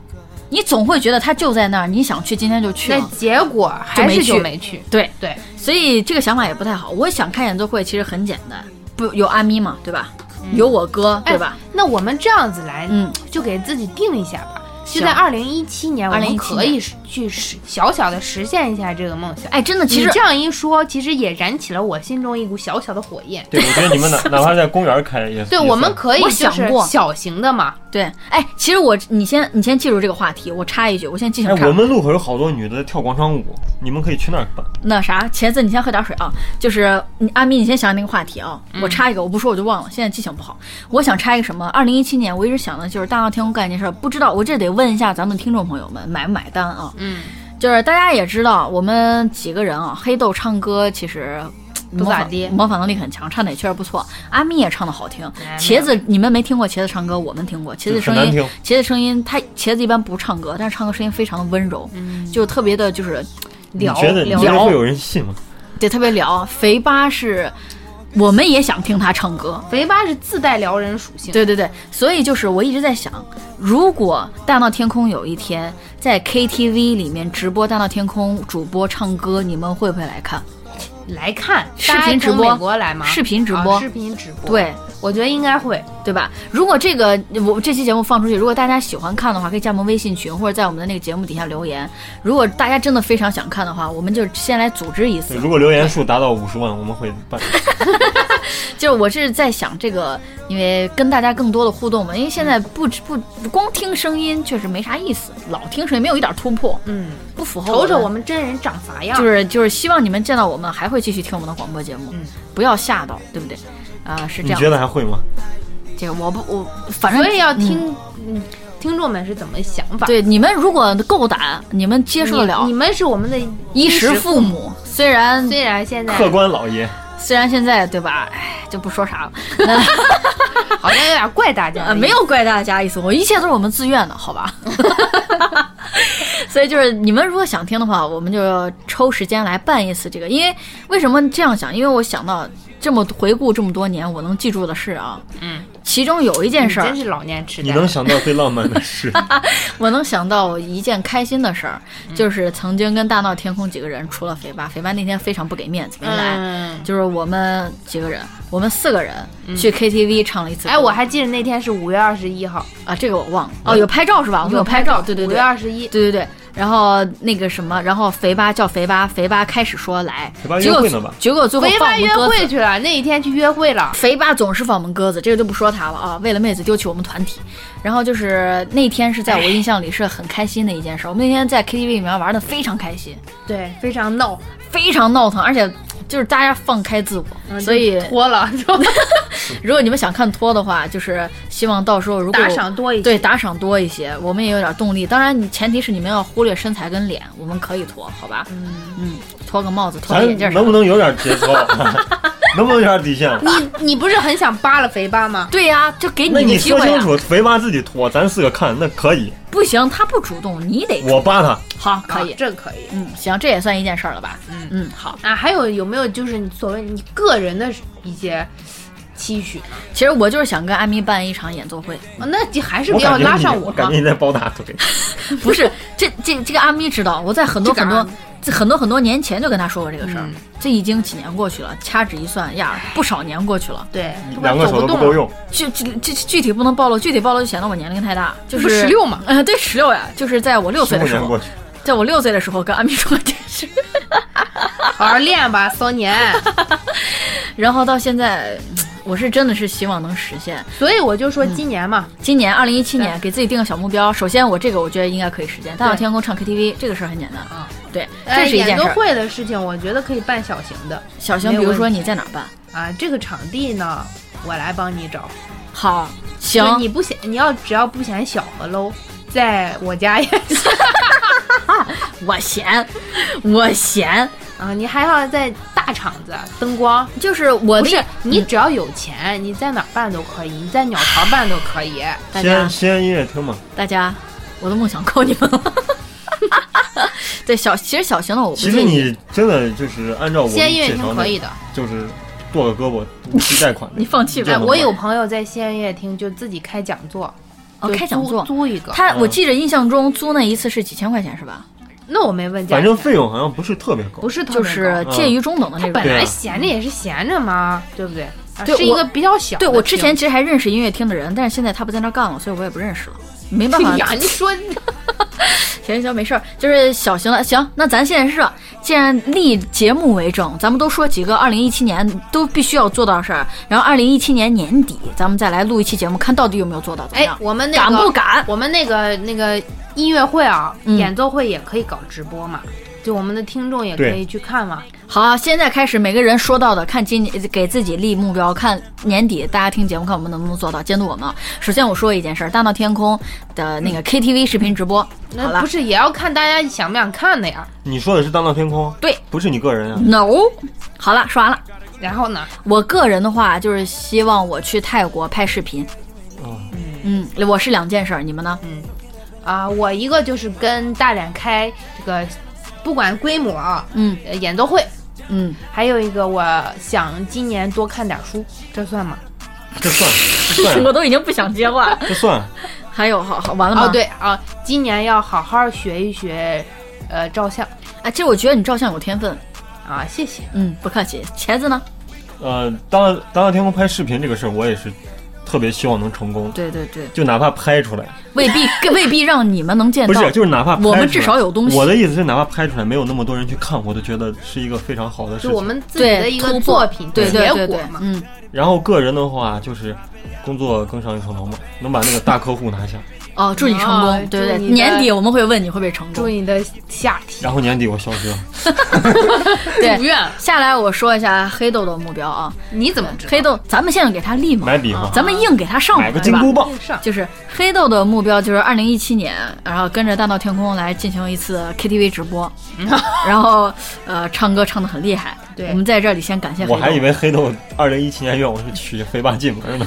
S5: 你总会觉得它就在那儿，你想去今天就去
S3: 那
S5: 了。
S3: 结果还是就没去。
S5: 对，
S3: 对，
S5: 所以这个想法也不太好。我想开演奏会其实很简单，不有阿咪嘛，对吧？有我哥，对吧？
S3: 嗯哎？那我们这样子来，
S5: 嗯，
S3: 就给自己定一下吧。就
S5: 行
S3: 在二零一七年，我们
S5: 2017
S3: 可以实去实小小的实现一下这个梦想。
S5: 哎，真的，其
S3: 你
S5: 实
S3: 这样一说，其实也燃起了我心中一股小小的火焰。
S2: 对，我觉得你 们哪哪怕在公园开也
S3: 对，
S2: 也
S3: 我们
S2: 算
S3: 可以
S5: 我
S3: 就
S5: 想
S3: 是
S5: 过
S3: 小型的嘛，
S5: 对，哎，其实我你先你先记住这个话题，我插一句，我先记性
S2: 哎，
S5: 差。
S2: 我们路口有好多女的跳广场舞，你们可以去那儿办。
S5: 那啥，茄子，你先喝点水啊。就是你阿咪，你先想那个话题啊。
S3: 嗯
S5: 我插一个，我不说我就忘了，现在记性不好。我想插一个什么？二零一七年，我一直想的就是大闹天宫干一件事儿，不知道我这得问一下咱们听众朋友们买不买单啊？
S3: 嗯，
S5: 就是大家也知道，我们几个人啊，黑豆唱歌其实嘖
S3: 不
S5: 模
S3: 咋
S5: 仿
S3: 地
S5: 模仿能力很强，唱的也确实不错。阿咪也唱的好听
S3: 哎，
S5: 茄子你们没听过茄子唱歌，我们听过。茄子
S2: 很
S5: 声
S2: 难
S5: 音
S2: 听，
S5: 茄子声音，他茄子一般不唱歌，但是唱歌声音非常的温柔，
S3: 嗯
S5: 就特别的就是
S2: 你
S3: 聊
S2: 觉得你觉得
S5: 聊
S2: 会有人信吗？
S5: 对特别聊。肥八是，我们也想听他唱歌。
S3: 肥八是自带撩人属性，
S5: 对对对，所以就是我一直在想，如果《大闹天空》有一天在 KTV 里面直播《大闹天空》，主播唱歌，你们会不会来看？
S3: 来看
S5: 视
S3: 大家
S5: 频直
S3: 从
S5: 播
S3: 美国来吗？
S5: 视频直
S3: 啊
S5: 播
S3: 视频直播，，
S5: 对，
S3: 我觉得应该会。
S5: 对吧？如果这个我这期节目放出去，如果大家喜欢看的话，可以加我们微信群或者在我们的那个节目底下留言。如果大家真的非常想看的话，我们就先来组织一次
S2: 对，。如果留言数达到五十万，我们会办。
S5: 就是我是在想这个，因为跟大家更多的互动嘛，因为现在不止不光听声音确实没啥意思，老听声音没有一点突破，
S3: 嗯，
S5: 不符合
S3: 瞅瞅我
S5: 们。
S3: 们真人长啥样，
S5: 就是就是希望你们见到我们还会继续听我们的广播节目，
S3: 嗯
S5: 不要吓到，对不对？啊、是这
S2: 你
S5: 样。
S2: 觉得还会吗？
S5: 这个我不我反正
S3: 所以要
S5: 嗯
S3: 听嗯听众们是怎么想法。，
S5: 对你们如果够胆，你们接受得了，
S3: 你们是我们的
S5: 衣食
S3: 嗯父，
S5: 父母。虽然
S3: 虽然现在
S2: 客观老爷，
S5: 虽然现在对吧，哎，就不说啥了，
S3: 好像有点怪大家
S5: 呃，
S3: 的意思，
S5: 没有怪大家意思，我一切都是我们自愿的，好 吧？ 所以就是你们如果想听的话，我们就抽时间来办一次这个。因为为什么这样想？因为我想到这么回顾这么多年，我能记住的事啊，
S3: 嗯，
S5: 其中有一件
S3: 你
S5: 事儿
S3: 真，是老年痴呆。
S2: 你能想到最浪漫的 事？
S5: 我能想到一件开心的事儿，
S3: 嗯
S5: 就是曾经跟大闹天空几个人，除了肥八，肥八那天非常不给面子没来，
S3: 嗯，
S5: 就是我们几个人，我们四个人去 KTV 唱了一次歌。
S3: 哎，我还记得那天是五月二十一号，
S5: 啊，这个我忘了。哦，有拍照是吧？我们有拍照，对对
S3: 五
S5: 对
S3: 月，二十一，
S5: 对对对。然后那个什么，然后肥八叫肥八，肥八开始说来
S2: 肥八，
S5: 结
S2: 约
S5: 果
S2: 会呢吧
S5: 结果最后
S3: 肥
S5: 放
S3: 八
S5: 我们
S3: 约
S5: 鸽子。
S3: 会去了，那一天去约会了。
S5: 肥八总是放我们鸽子，这个就不说他了啊。为了妹子丢弃我们团体，然后就是那天是在我印象里是很开心的一件事。我们那天在 KTV 里面玩的非常开心，
S3: 对，非常闹，
S5: 非常闹腾，而且就是大家放开自我，所以
S3: 嗯 脱了，
S5: 如果你们想看脱的话，就是希望到时候如果
S3: 打赏多一些
S5: 对打赏多一些，我们也有点动力。当然，你前提是你们要忽略身材跟脸，我们可以脱，好吧？嗯脱个帽子，脱
S2: 咱
S5: 个眼
S3: 啊
S5: 镜儿啥
S2: 能不
S5: 的。
S2: 能有点节 操？能不能有点底线？
S3: 你你不是很想扒了肥八吗？
S5: 对呀、就给
S2: 那
S5: 你
S2: 你
S5: 个机
S2: 说
S5: 会、
S2: 清
S5: 啊。
S2: 楚，肥八自己脱，咱四个看那可以，
S5: 不行，他不主动，你得
S2: 我扒他。
S5: 好，可以
S3: 啊。这可以。
S5: 嗯，行，这也算一件事儿了吧？嗯嗯，好。
S3: 啊，还有有没有就是你所谓你个人的一些期许呢？
S5: 其实我就是想跟阿咪办一场演奏 会，
S3: 哦那就还是
S2: 我
S3: 不要
S2: 感觉
S3: 拉
S2: 你
S3: 上
S2: 我
S3: 我
S2: 感
S3: 嘛
S2: 觉。你在抱大腿。
S5: 不是这这这个阿咪知道，我在很多
S3: 这个
S5: 很
S3: 阿
S5: 多
S3: 咪
S5: 这很多很多年前就跟他说过这个事儿
S3: 嗯，
S5: 这已经几年过去了，掐指一算呀，不少年过去了。
S3: 对，突然
S2: 两个
S3: 走
S2: 手都
S3: 动
S2: 不
S3: 了
S2: 够。用，
S5: 具具具具体不能暴露，具体暴露就显得我年龄太大，就是
S3: 不16嘛
S5: 嗯、对，十六呀，就是在我六
S2: 十
S5: 岁
S2: 五
S5: 的时
S2: 年
S5: 候
S2: 过，去，
S5: 在我六岁的时候跟阿米说这事，
S3: 好好练吧，骚年。
S5: 然后到现在，我是真的是希望能实现。
S3: 所以我就说今年嘛，
S5: 今年二零一七年给自己定个小目标，首先我这个我觉得应该可以实现，大闹天宫唱 KTV 这个事儿很简单
S3: 啊，
S5: 对，
S3: 哎
S5: 这是一
S3: 演
S5: 件
S3: 奏
S5: 事儿。
S3: 会的事情，我觉得可以办小型的
S5: 小型，
S3: 没
S5: 比
S3: 有
S5: 如说
S3: 问题
S5: 你在哪儿办？
S3: 啊。这个场地呢，我来帮你找。
S5: 好，行
S3: 就，是你不嫌你要只要不嫌小和 low，在我家也行
S5: 我闲，我闲，
S3: 啊。你还要在大场子，灯光
S5: 就是我
S3: 不是
S5: 的
S3: 你只要有钱，你在哪儿办都可以，你在鸟巢办都可以。
S5: 大
S2: 西
S5: 家
S2: 安西安音乐厅嘛，
S5: 大家，我的梦想靠你们了。 对小，其实小型的我不
S2: 其实
S5: 介意
S2: 你真的就是按照我们
S3: 西安音乐
S2: 介
S3: 厅
S2: 绍
S3: 可以的，
S2: 就是剁个胳膊提贷款
S5: 你放弃吧
S2: 这
S3: 哎，
S2: 样
S3: 我有朋友在西安音乐厅就自己开讲座，
S5: 哦
S3: 就
S5: 开讲
S3: 租
S5: 座
S3: 租一个，
S5: 他，
S2: 嗯
S5: 我记着印象中租那一次是几千块钱是吧？
S3: 那我没问价
S2: 反
S3: 钱，
S2: 正费用好像不是特别高
S3: 不。是特别
S5: 就
S3: 高
S5: 是
S2: 嗯
S5: 介于中等的
S3: 他
S5: 那种。
S3: 本
S2: 对
S3: 来
S2: 啊
S3: 闲着也是闲着嘛，对不对？啊
S5: 对
S3: 是一
S5: 我
S3: 个比较小的
S5: 对
S3: 厅。
S5: 我之前其实还认识音乐厅的人，但是现在他不在那儿干了，所以我也不认识了，没办法
S3: 哎。 呀，你 说
S5: 行行行，没事儿，就是小型的。行，那咱现在是，既然立节目为证，咱们都说几个二零一七年都必须要做到的事儿，然后二零一七年年底咱们再来录一期节目，看到底有没有做到，怎么
S3: 哎
S5: 样，？
S3: 我们那个
S5: 敢不敢？
S3: 我们那个那个音乐会啊，
S5: 嗯
S3: 演奏会也可以搞直播嘛，就我们的听众也可
S2: 对
S3: 以去看嘛。
S5: 好，现在开始，每个人说到的，看今年给自己立目标，看年底大家听节目，看我们能不能做到，监督我们啊。首先我说一件事儿，《大闹天空》的那
S2: 嗯
S5: 个 KTV 视频直播，好
S3: 那
S5: 了
S3: 不是也要看大家想不想看的呀？
S2: 你说的是大闹天空，
S5: 对嗯
S2: 不是你个人啊。
S5: ，No，好了，说完了，
S3: 然后呢？
S5: 我个人的话，就是希望我去泰国拍视频。
S2: 哦
S5: 嗯，我是两件事儿，你们呢？
S3: 啊、我一个就是跟大展开这个，不管规模啊，
S5: 嗯
S3: 呃演奏会，
S5: 嗯，
S3: 还有一个我想今年多看点书，这算吗？
S2: 这算这 算啊
S5: 我都已经不想接 话了。
S2: 这算啊
S5: 还有，好好完了吗？
S3: 哦，对啊、今年要好好学一学，呃，照相
S5: 哎，其实我觉得你照相有天分。
S3: 啊，谢谢。
S5: 嗯，不客气。茄子呢？
S2: 呃，当当当天空拍视频这个事儿，我也是特别希望能成功，
S5: 对对对，
S2: 就哪怕拍出来，
S5: 未必未必让你们能见
S2: 不
S5: 到。
S2: 是就是哪怕拍出来
S5: 我们至少有东西
S2: 我的意思是，哪怕拍出来没有那么多人去看，我都觉得是一个非常好的事
S3: 就
S2: 情。
S3: 我们自己的
S5: 对
S3: 一
S5: 突
S3: 个
S5: 破
S3: 作品
S5: 对对对
S3: 结
S5: 对
S3: 果，嘛，
S5: 嗯，
S2: 然后个人的话就是。工作更上一层楼嘛，能把那个大客户拿下，
S5: 哦，祝你成功，
S3: 哦
S5: 对对对，
S3: 祝你的
S5: 年底我们会问你会不会成
S3: 祝
S5: 功。
S3: 你的下体
S2: 然后年底我消失了。
S3: 如
S5: 对，
S3: 愿。
S5: 下来我说一下黑豆豆的目标啊，
S3: 你怎么知道？
S5: 黑豆，咱们现在给他立嘛，
S2: 买笔
S3: 啊
S2: 画，
S5: 咱们硬给他上嘛，
S2: 买个
S5: 对
S2: 金
S5: 吧？
S2: 箍棒，
S3: 上
S5: 就是黑豆的目标就是二零一七年，然后跟着大闹天空来进行一次 KTV 直播， 然后呃唱歌唱得很厉害。
S3: 嗯对
S5: 我们在这里先感谢黑
S2: 我
S5: 豆。
S2: 还以为黑豆二零一七年愿望是娶肥八进 门呢。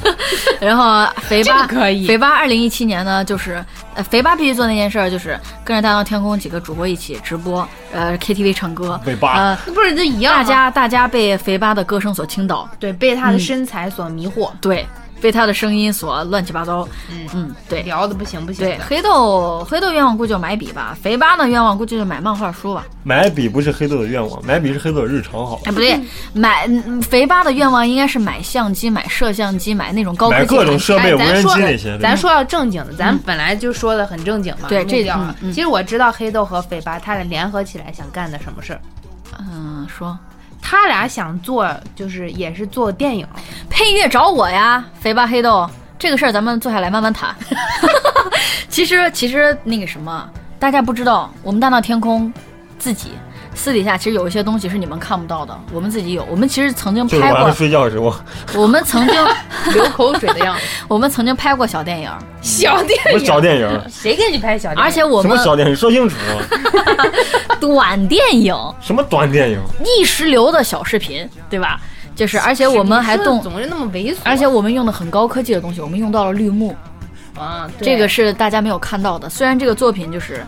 S5: 然后呃肥八
S3: 这个可以
S5: 肥八二零一七年呢，就是呃肥八必须做那件事儿，就是跟着大闹天空几个主播一起直播，呃 KTV 唱歌。
S2: 肥八
S5: 呃，
S3: 不是就一样吗？
S5: 大家大家被肥八的歌声所倾倒，
S3: 对被他的身材所迷惑，
S5: 对，被他的声音所乱七八糟。
S3: 嗯
S5: 嗯，对。
S3: 聊的不行不行
S5: 对，
S3: 的。
S5: 黑豆黑豆愿望估计就买笔吧，肥八呢愿望估计就买漫画书吧。
S2: 买笔不是黑豆的愿望，买笔是黑豆的日常好。
S5: 哎，不 对，买嗯肥八的愿望应该是买相机、买摄像机、买那种高科技
S2: 买
S5: 的
S2: 各种设备、
S3: 哎
S2: 无
S3: 咱
S2: 人
S3: 说
S2: 机那些，
S3: 咱
S2: 对
S3: 说要正经的，咱本来就说的很正经嘛。
S5: 对
S3: 目
S5: 这
S3: 标啊
S5: 嗯嗯
S3: 其实我知道黑豆和肥八他俩联合起来想干的什么事儿，
S5: 嗯，说
S3: 他俩想做就是也是做电影，
S5: 配乐找我呀，肥八黑豆，这个事儿咱们坐下来慢慢谈。 其实其实那个什么，大家不知道，我们大闹天空自己私底下其实有一些东西是你们看不到的，我们自己有，我们其实曾经
S2: 就是
S5: 拍
S2: 晚上
S5: 过，
S2: 睡觉时候，
S5: 我们 曾经
S3: 流口水的样子。
S5: 我们曾经拍过小电影儿，
S3: 小电
S2: 不是
S3: 影，
S2: 小电影，
S3: 嗯谁给你拍小电影？
S5: 而且我
S2: 什么
S5: 们
S2: 小电影，说清楚，啊
S5: 短电影
S2: 什么短电影，
S5: 一时流的小视频，对吧？就是而且我们还
S3: 你说
S5: 动
S3: 的总是那么猥琐。
S5: 而且我们用的很高科技的东西，我们用到了绿幕，
S3: 啊，对
S5: 这个是大家没有看到的。虽然这个作品就是，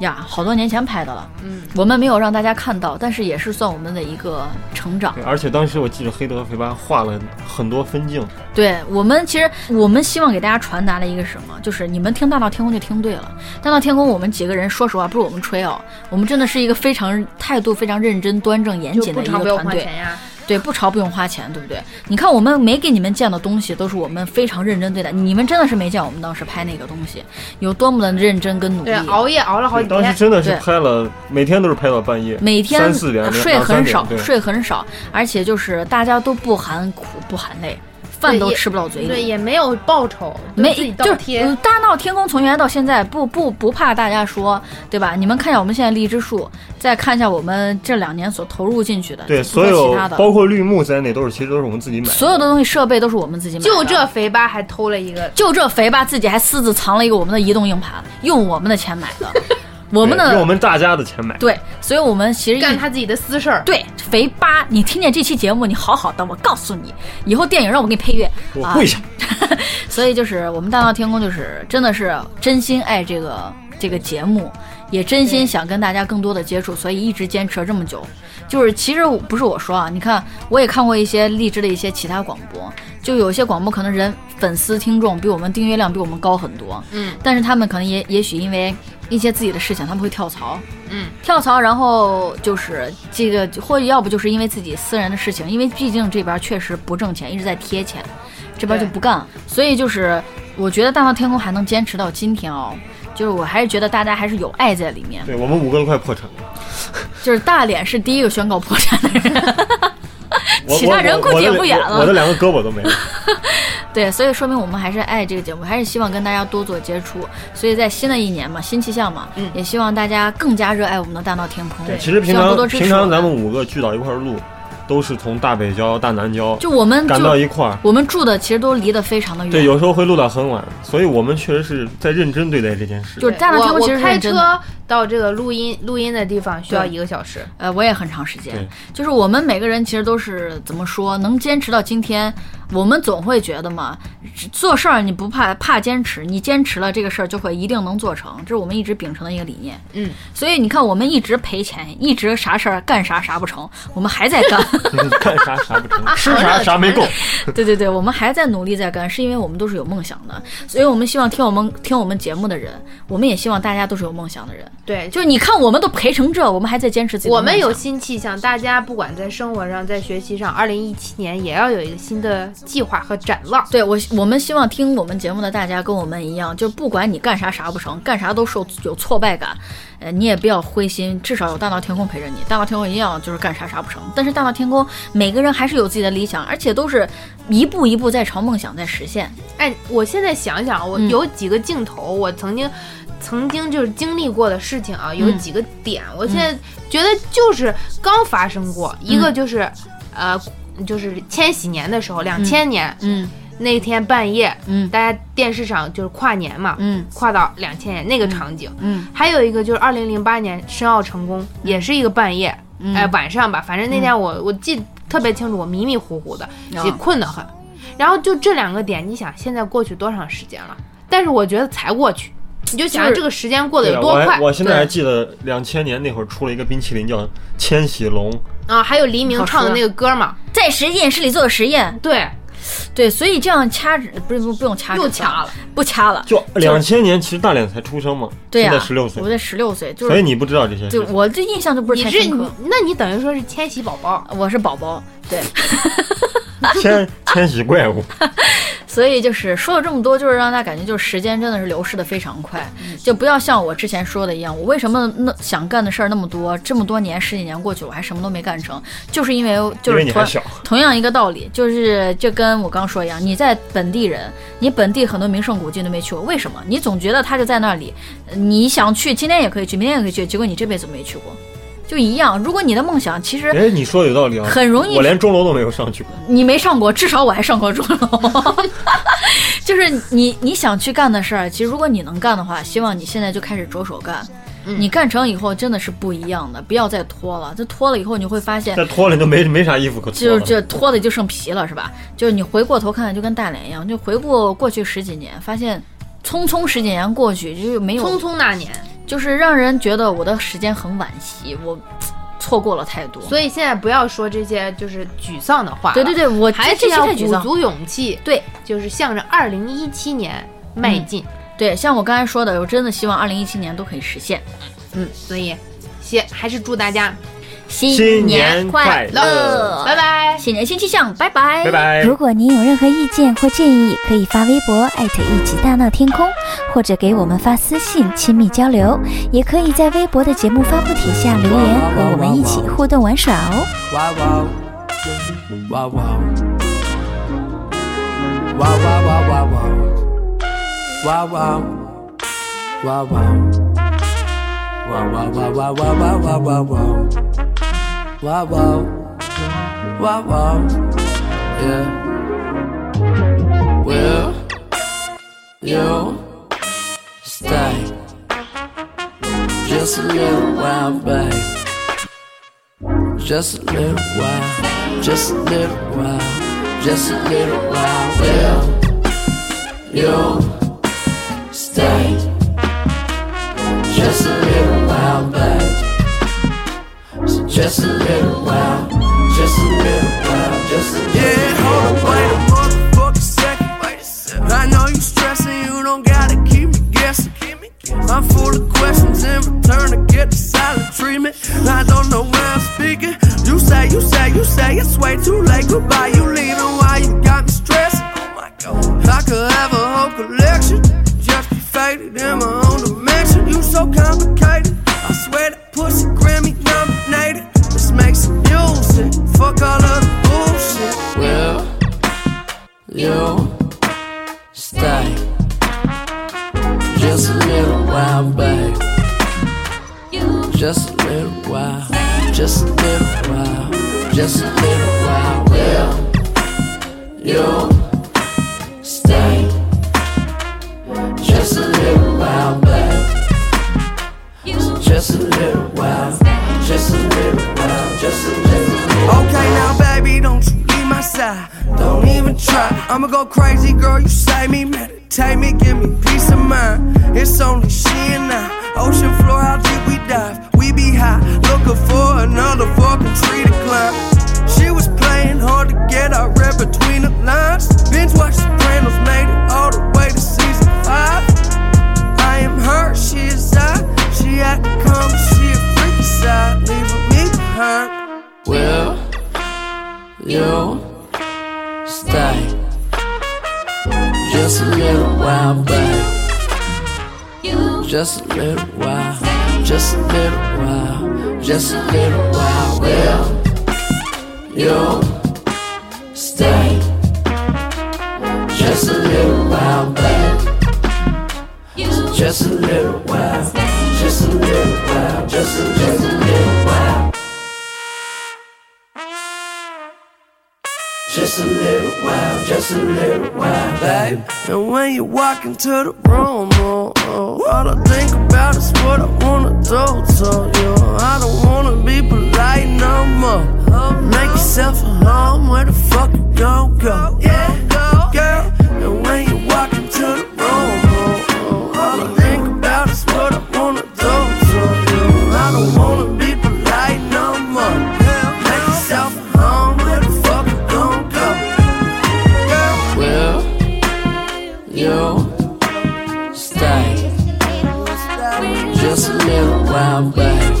S5: 呀，好多年前拍的了，
S3: 嗯，
S5: 我们没有让大家看到，但是也是算我们的一个成长
S2: 对。而且当时我记得黑豆和肥八画了很多分镜，
S5: 对我们，其实我们希望给大家传达的一个什么，就是你们听《大闹天宫》就听对了，《大闹天宫》我们几个人，说实话，不是我们吹啊，我们真的是一个非常态度非常认真、端正、严
S3: 就
S5: 谨
S3: 不
S5: 的一
S3: 常
S5: 个
S3: 不要
S5: 团
S3: 花
S5: 队
S3: 钱。呀。
S5: 对，不潮不用花钱，对不对？你看我们没给你们建的东西，都是我们非常认真对待。你们真的是没见我们当时拍那个东西有多么的认真跟努力啊
S3: 对，，啊熬夜熬了好几
S2: 当时
S3: 天，
S2: 真的是
S5: 对
S2: 拍了，每天都是拍到半夜，
S5: 每天啊
S2: 三四点两
S5: 睡
S2: 两三
S5: 很
S2: 点
S5: 少，
S2: 对
S5: 睡很少，而且就是大家都不含苦不含累，饭
S3: 对
S5: 都
S3: 也
S5: 吃不到嘴
S3: 对，
S5: 里。
S3: 也没有报酬，就
S5: 没
S3: 自己
S5: 就
S3: 倒
S5: 是
S3: 贴。
S5: 嗯大闹天宫从原来到现在不不不怕大家说对吧？你们看一下我们现在荔枝树，再看一下我们这两年所投入进去的，
S2: 对，
S5: 就
S2: 所
S5: 说
S2: 有
S5: 其他的
S2: 包括绿幕在内都是，其实都是我们自己买的。
S5: 所有的东西设备都是我们自己买的，
S3: 就这肥八还偷了一个，
S5: 就这肥吧，自己还私自藏了一个我们的移动硬盘，用我们的钱买的， 我们
S2: 对用我
S5: 的
S2: 们大家的钱买，
S5: 对，所以我们其实一
S3: 干他自己的私事儿。
S5: 对肥八，你听见这期节目，你好好的，我告诉你，以后电影让我给你配乐
S2: 我
S5: 啊
S2: 跪！下。
S5: 所以就是我们大闹天宫，就是真的是真心爱这个这个节目，也真心想跟大家更多的接触，所以一直坚持了这么久。就是其实我不是我说啊，你看我也看过一些荔枝的一些其他广播，就有些广播可能人粉丝听众比我们订阅量比我们高很多，
S3: 嗯
S5: 但是他们可能也也许因为一些自己的事情，他们会跳槽，
S3: 嗯，
S5: 跳槽，然后就是这个，或者要不就是因为自己私人的事情，因为毕竟这边确实不挣钱，一直在贴钱，这边就
S3: 对
S5: 不干，所以就是我觉得大闹天宫还能坚持到今天哦，就是我还是觉得大家还是有爱在里面，
S2: 对我们五个都快破产了，
S5: 就是大脸是第一个宣告破产的人，
S2: 我
S5: 其他人估计也不远了
S2: 我我我的我的两个胳膊都没了。
S5: 对，所以说明我们还是爱这个节目，还是希望跟大家多做接触。所以在新的一年嘛，新气象嘛，
S3: 嗯
S5: 也希望大家更加热爱我们的大闹天空。
S2: 其实平
S5: 希望多
S2: 常
S5: 多支持
S2: 平
S5: 我
S2: 常咱们五个聚到一块儿录，都是从大北郊、大南郊
S5: 就我嗯们
S2: 赶到
S5: 就
S2: 一块儿。
S5: 我们住的其实都离得非常的远，
S2: 对，有时候会录到很晚，所以我们确实是在认真对待这件事。
S5: 就是大闹天
S3: 我
S5: 宫其
S3: 我
S5: 实是
S3: 开
S5: 认真的
S3: 车到这个录音录音的地方需要一个小时。
S5: 呃，我也很长时间
S2: 对，
S5: 就是我们每个人其实都是怎么说，能坚持到今天，我们总会觉得嘛，做事儿你不怕怕坚持，你坚持了这个事儿就会一定能做成，这是我们一直秉承的一个理念。
S3: 嗯，
S5: 所以你看，我们一直赔钱，一直啥事儿干啥啥不成，我们还在干。
S2: 干啥啥不成，
S5: 啊
S2: 吃啥啥没够。
S5: 对对对，我们还在努力在干，是因为我们都是有梦想的，所以我们希望听我们听我们节目的人，我们也希望大家都是有梦想的人。
S3: 对，就
S5: 就是你看，我们都赔成这，我们还在坚持自己的
S3: 我们
S5: 梦想
S3: 有新气象，大家不管在生活上，在学习上，二零一七年也要有一个新的计划和展望。
S5: 对我，我们希望听我们节目的大家跟我们一样，就不管你干啥啥不成，干啥都受有挫败感，呃，你也不要灰心，至少有大闹天宫陪着你。大闹天宫一样就是干啥啥不成，但是大闹天宫每个人还是有自己的理想，而且都是一步一步在朝梦想在实现。
S3: 哎，我现在想想，我
S5: 嗯
S3: 有几个镜头，我曾经。曾经就是经历过的事情啊，有
S5: 嗯
S3: 几个点，我现在觉得就是刚发生过，一
S5: 嗯
S3: 个就是，呃，就是千禧年的时候，两千年、
S5: 嗯
S3: 那天半夜，
S5: 嗯
S3: 大家电视上就是跨年嘛，
S5: 嗯
S3: 跨到两千年那个场景。
S5: 嗯
S3: 还有一个就是二零零八年申奥成功，也是一个半夜，
S5: 嗯
S3: 哎、晚上吧，反正那天我、我记得特别清楚，我迷迷糊糊的，
S5: 啊
S3: 也困得很。然后就这两个点，你想现在过去多长时间了？但是我觉得才过去，你就想
S5: 就是
S3: 这个时间过得
S2: 对啊
S3: 有
S2: 我
S3: 多
S2: 还
S3: 快
S2: 我现在还记得两千年那会儿出了一个冰淇淋叫千禧龙，
S3: 啊！还有黎明
S5: 好
S3: 唱的
S5: 说
S3: 那个歌嘛，
S5: 在实验室里做实验，
S3: 对，
S5: 对，所以这样掐指啊不是不不用掐指
S3: 又
S5: 算
S3: 掐了，
S5: 不掐了，
S2: 就两千年其实大脸才出生嘛，
S5: 对呀、
S2: 现在十六岁
S5: 我，在十六岁，就
S2: 所以
S5: 是
S2: 你不知道这些
S5: 就
S2: 事情。
S5: 我这印象就不是
S3: 你
S5: 太
S3: 是
S5: 深
S3: 你
S5: 刻，
S3: 那你等于说是千禧宝宝，
S5: 我是宝宝，对。
S2: 千千禧怪物，
S5: 所以就是说了这么多，就是让大家感觉就是时间真的是流逝的非常快，
S2: 嗯
S5: 就不要像我之前说的一样，我为什么那想干的事儿那么多，这么多年十几年过去，我还什么都没干成，就是因为就
S2: 因为
S5: 是
S2: 你
S5: 同
S2: 还小。
S5: 同样一个道理，就是就跟我刚说一样，你在本地人，你本地很多名胜古迹都没去过，为什么？你总觉得它就在那里，你想去，今天也可以去，明天也可以去，结果你这辈子没去过，就一样。如果你的梦想其实
S2: 哎，你说的有道理啊，
S5: 很容易
S2: 我连钟楼都没有上去过。
S5: 你没上过，至少我还上过钟楼。 就是你你想去干的事儿，其实如果你能干的话，希望你现在就开始着手干。
S3: 嗯
S5: 你干成以后真的是不一样的，不要再拖了。这拖了以后，你会发现
S2: 再，脱了你都没没啥衣服可脱
S5: 就
S2: 了。
S5: 是这脱的就剩皮了，是吧？就是你回过头看看，就跟大脸一样，就回顾过去十几年，发现匆匆十几年过去，就是没有，
S3: 匆匆那年，
S5: 就是让人觉得我的时间很惋惜，我错过了太多。
S3: 所以现在不要说这些就是沮丧的话了，
S5: 对对对，我这
S3: 还是
S5: 这些
S3: 要
S5: 太沮
S3: 鼓
S5: 丧。
S3: 足勇气，
S5: 对，
S3: 就是向着二零一七年迈进。
S5: 对，像我刚才说的，我真的希望二零一七年都可以实现。
S3: 嗯，所以先还是祝大家
S5: 新
S2: 新
S5: 年
S2: 年
S5: 快
S2: 快
S5: 乐，
S2: 乐
S3: 乐，拜拜。
S5: 新年新气象，拜拜，
S2: 拜。拜。
S6: 如果您有任何意见或建议，可以发微博艾特一起大闹天空，或者给我们发私信亲密交流，也可以在微博的节目发布帖下留言，和我们一起互动玩耍哦。
S4: Wow wow. Wow wow. Wow wow wow wow wow. Wow wow. Wow wow. Wow wow wow wow wow wow wow wow wow. Wow wow. Wow wow. Yeah. Will you stay just a little while, babe? Just a little while, just a little while, just a little while. Will you stay? Just a little while, babe. So just a little while, just a little while, just a little
S7: Yeah, hold up, wait a motherfucking second. I know you stressing, you don't gotta keep me guessing. I'm full of questions in return to get the silent treatment. I don't know where I'm speaking. You say, you say, you say it's way too late. Goodbye, you leaving. Why you got me stressed? Oh my god, I could have a whole collection. Just be faded in my own dimension. You so complicated. I swear that pussy Grammy nominated. Let's make some music. Fuck all of the bullshit. die. Don't even try. I'ma go crazy, girl. You save me, meditate me, give me peace of mind. It's only she and I. Ocean floor, how deep we dive? We be high, looking for another fucking tree to climb. She was playing hard to get. I read between the lines. Binge watched Sopranos, made it all the way to season five. I am her, she is I. She had to come, she a freaky side, leaving me behind.
S4: Will you stay just a little while, babe? Just a little while, just a little while, just a little while. Will you stay just a little while, babe? Just a little while, just a little while, just a just a little while. Just a little while, just a little while, babe.
S7: And when you walk into the room, oh, oh, all I think about is what I wanna do to you. I don't wanna be polite no more. Make yourself at home, where the fuck you gon' go? Yeah, girl. And when you walk into the room, oh, oh, all I think about is what I wanna do to you. I don't wanna be polite no more. Make yourself at home, where the fuck you gon' go? Girl.
S4: Will you stay just a little while, babe?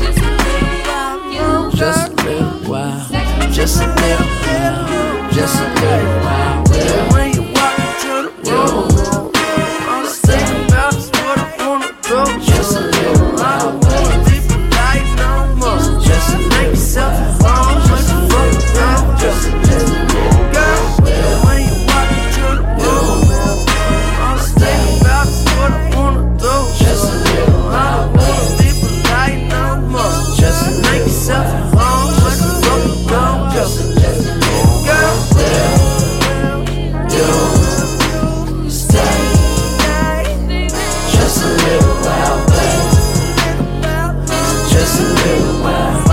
S4: Just a little while, just a little while, just a little while. Will
S7: When you walk into the room, all I think about is what I wanna do.
S4: just a little
S7: I
S4: while,
S7: don't wanna
S4: babe?
S7: be polite no more.
S4: Just a
S7: Make
S4: little
S7: yourself
S4: while.
S7: at home, just a fucking girl.
S4: Just a little while,
S7: Girl, when you walk into the room, all I think about is what I wanna do.
S4: just a little
S7: I
S4: while,
S7: don't
S4: babe.
S7: wanna be polite no more.
S4: Just a
S7: Make
S4: little
S7: yourself at home, just a fucking girl.
S4: just a little while,
S7: Girl,
S4: you stay just a little while, babe. Just a little while.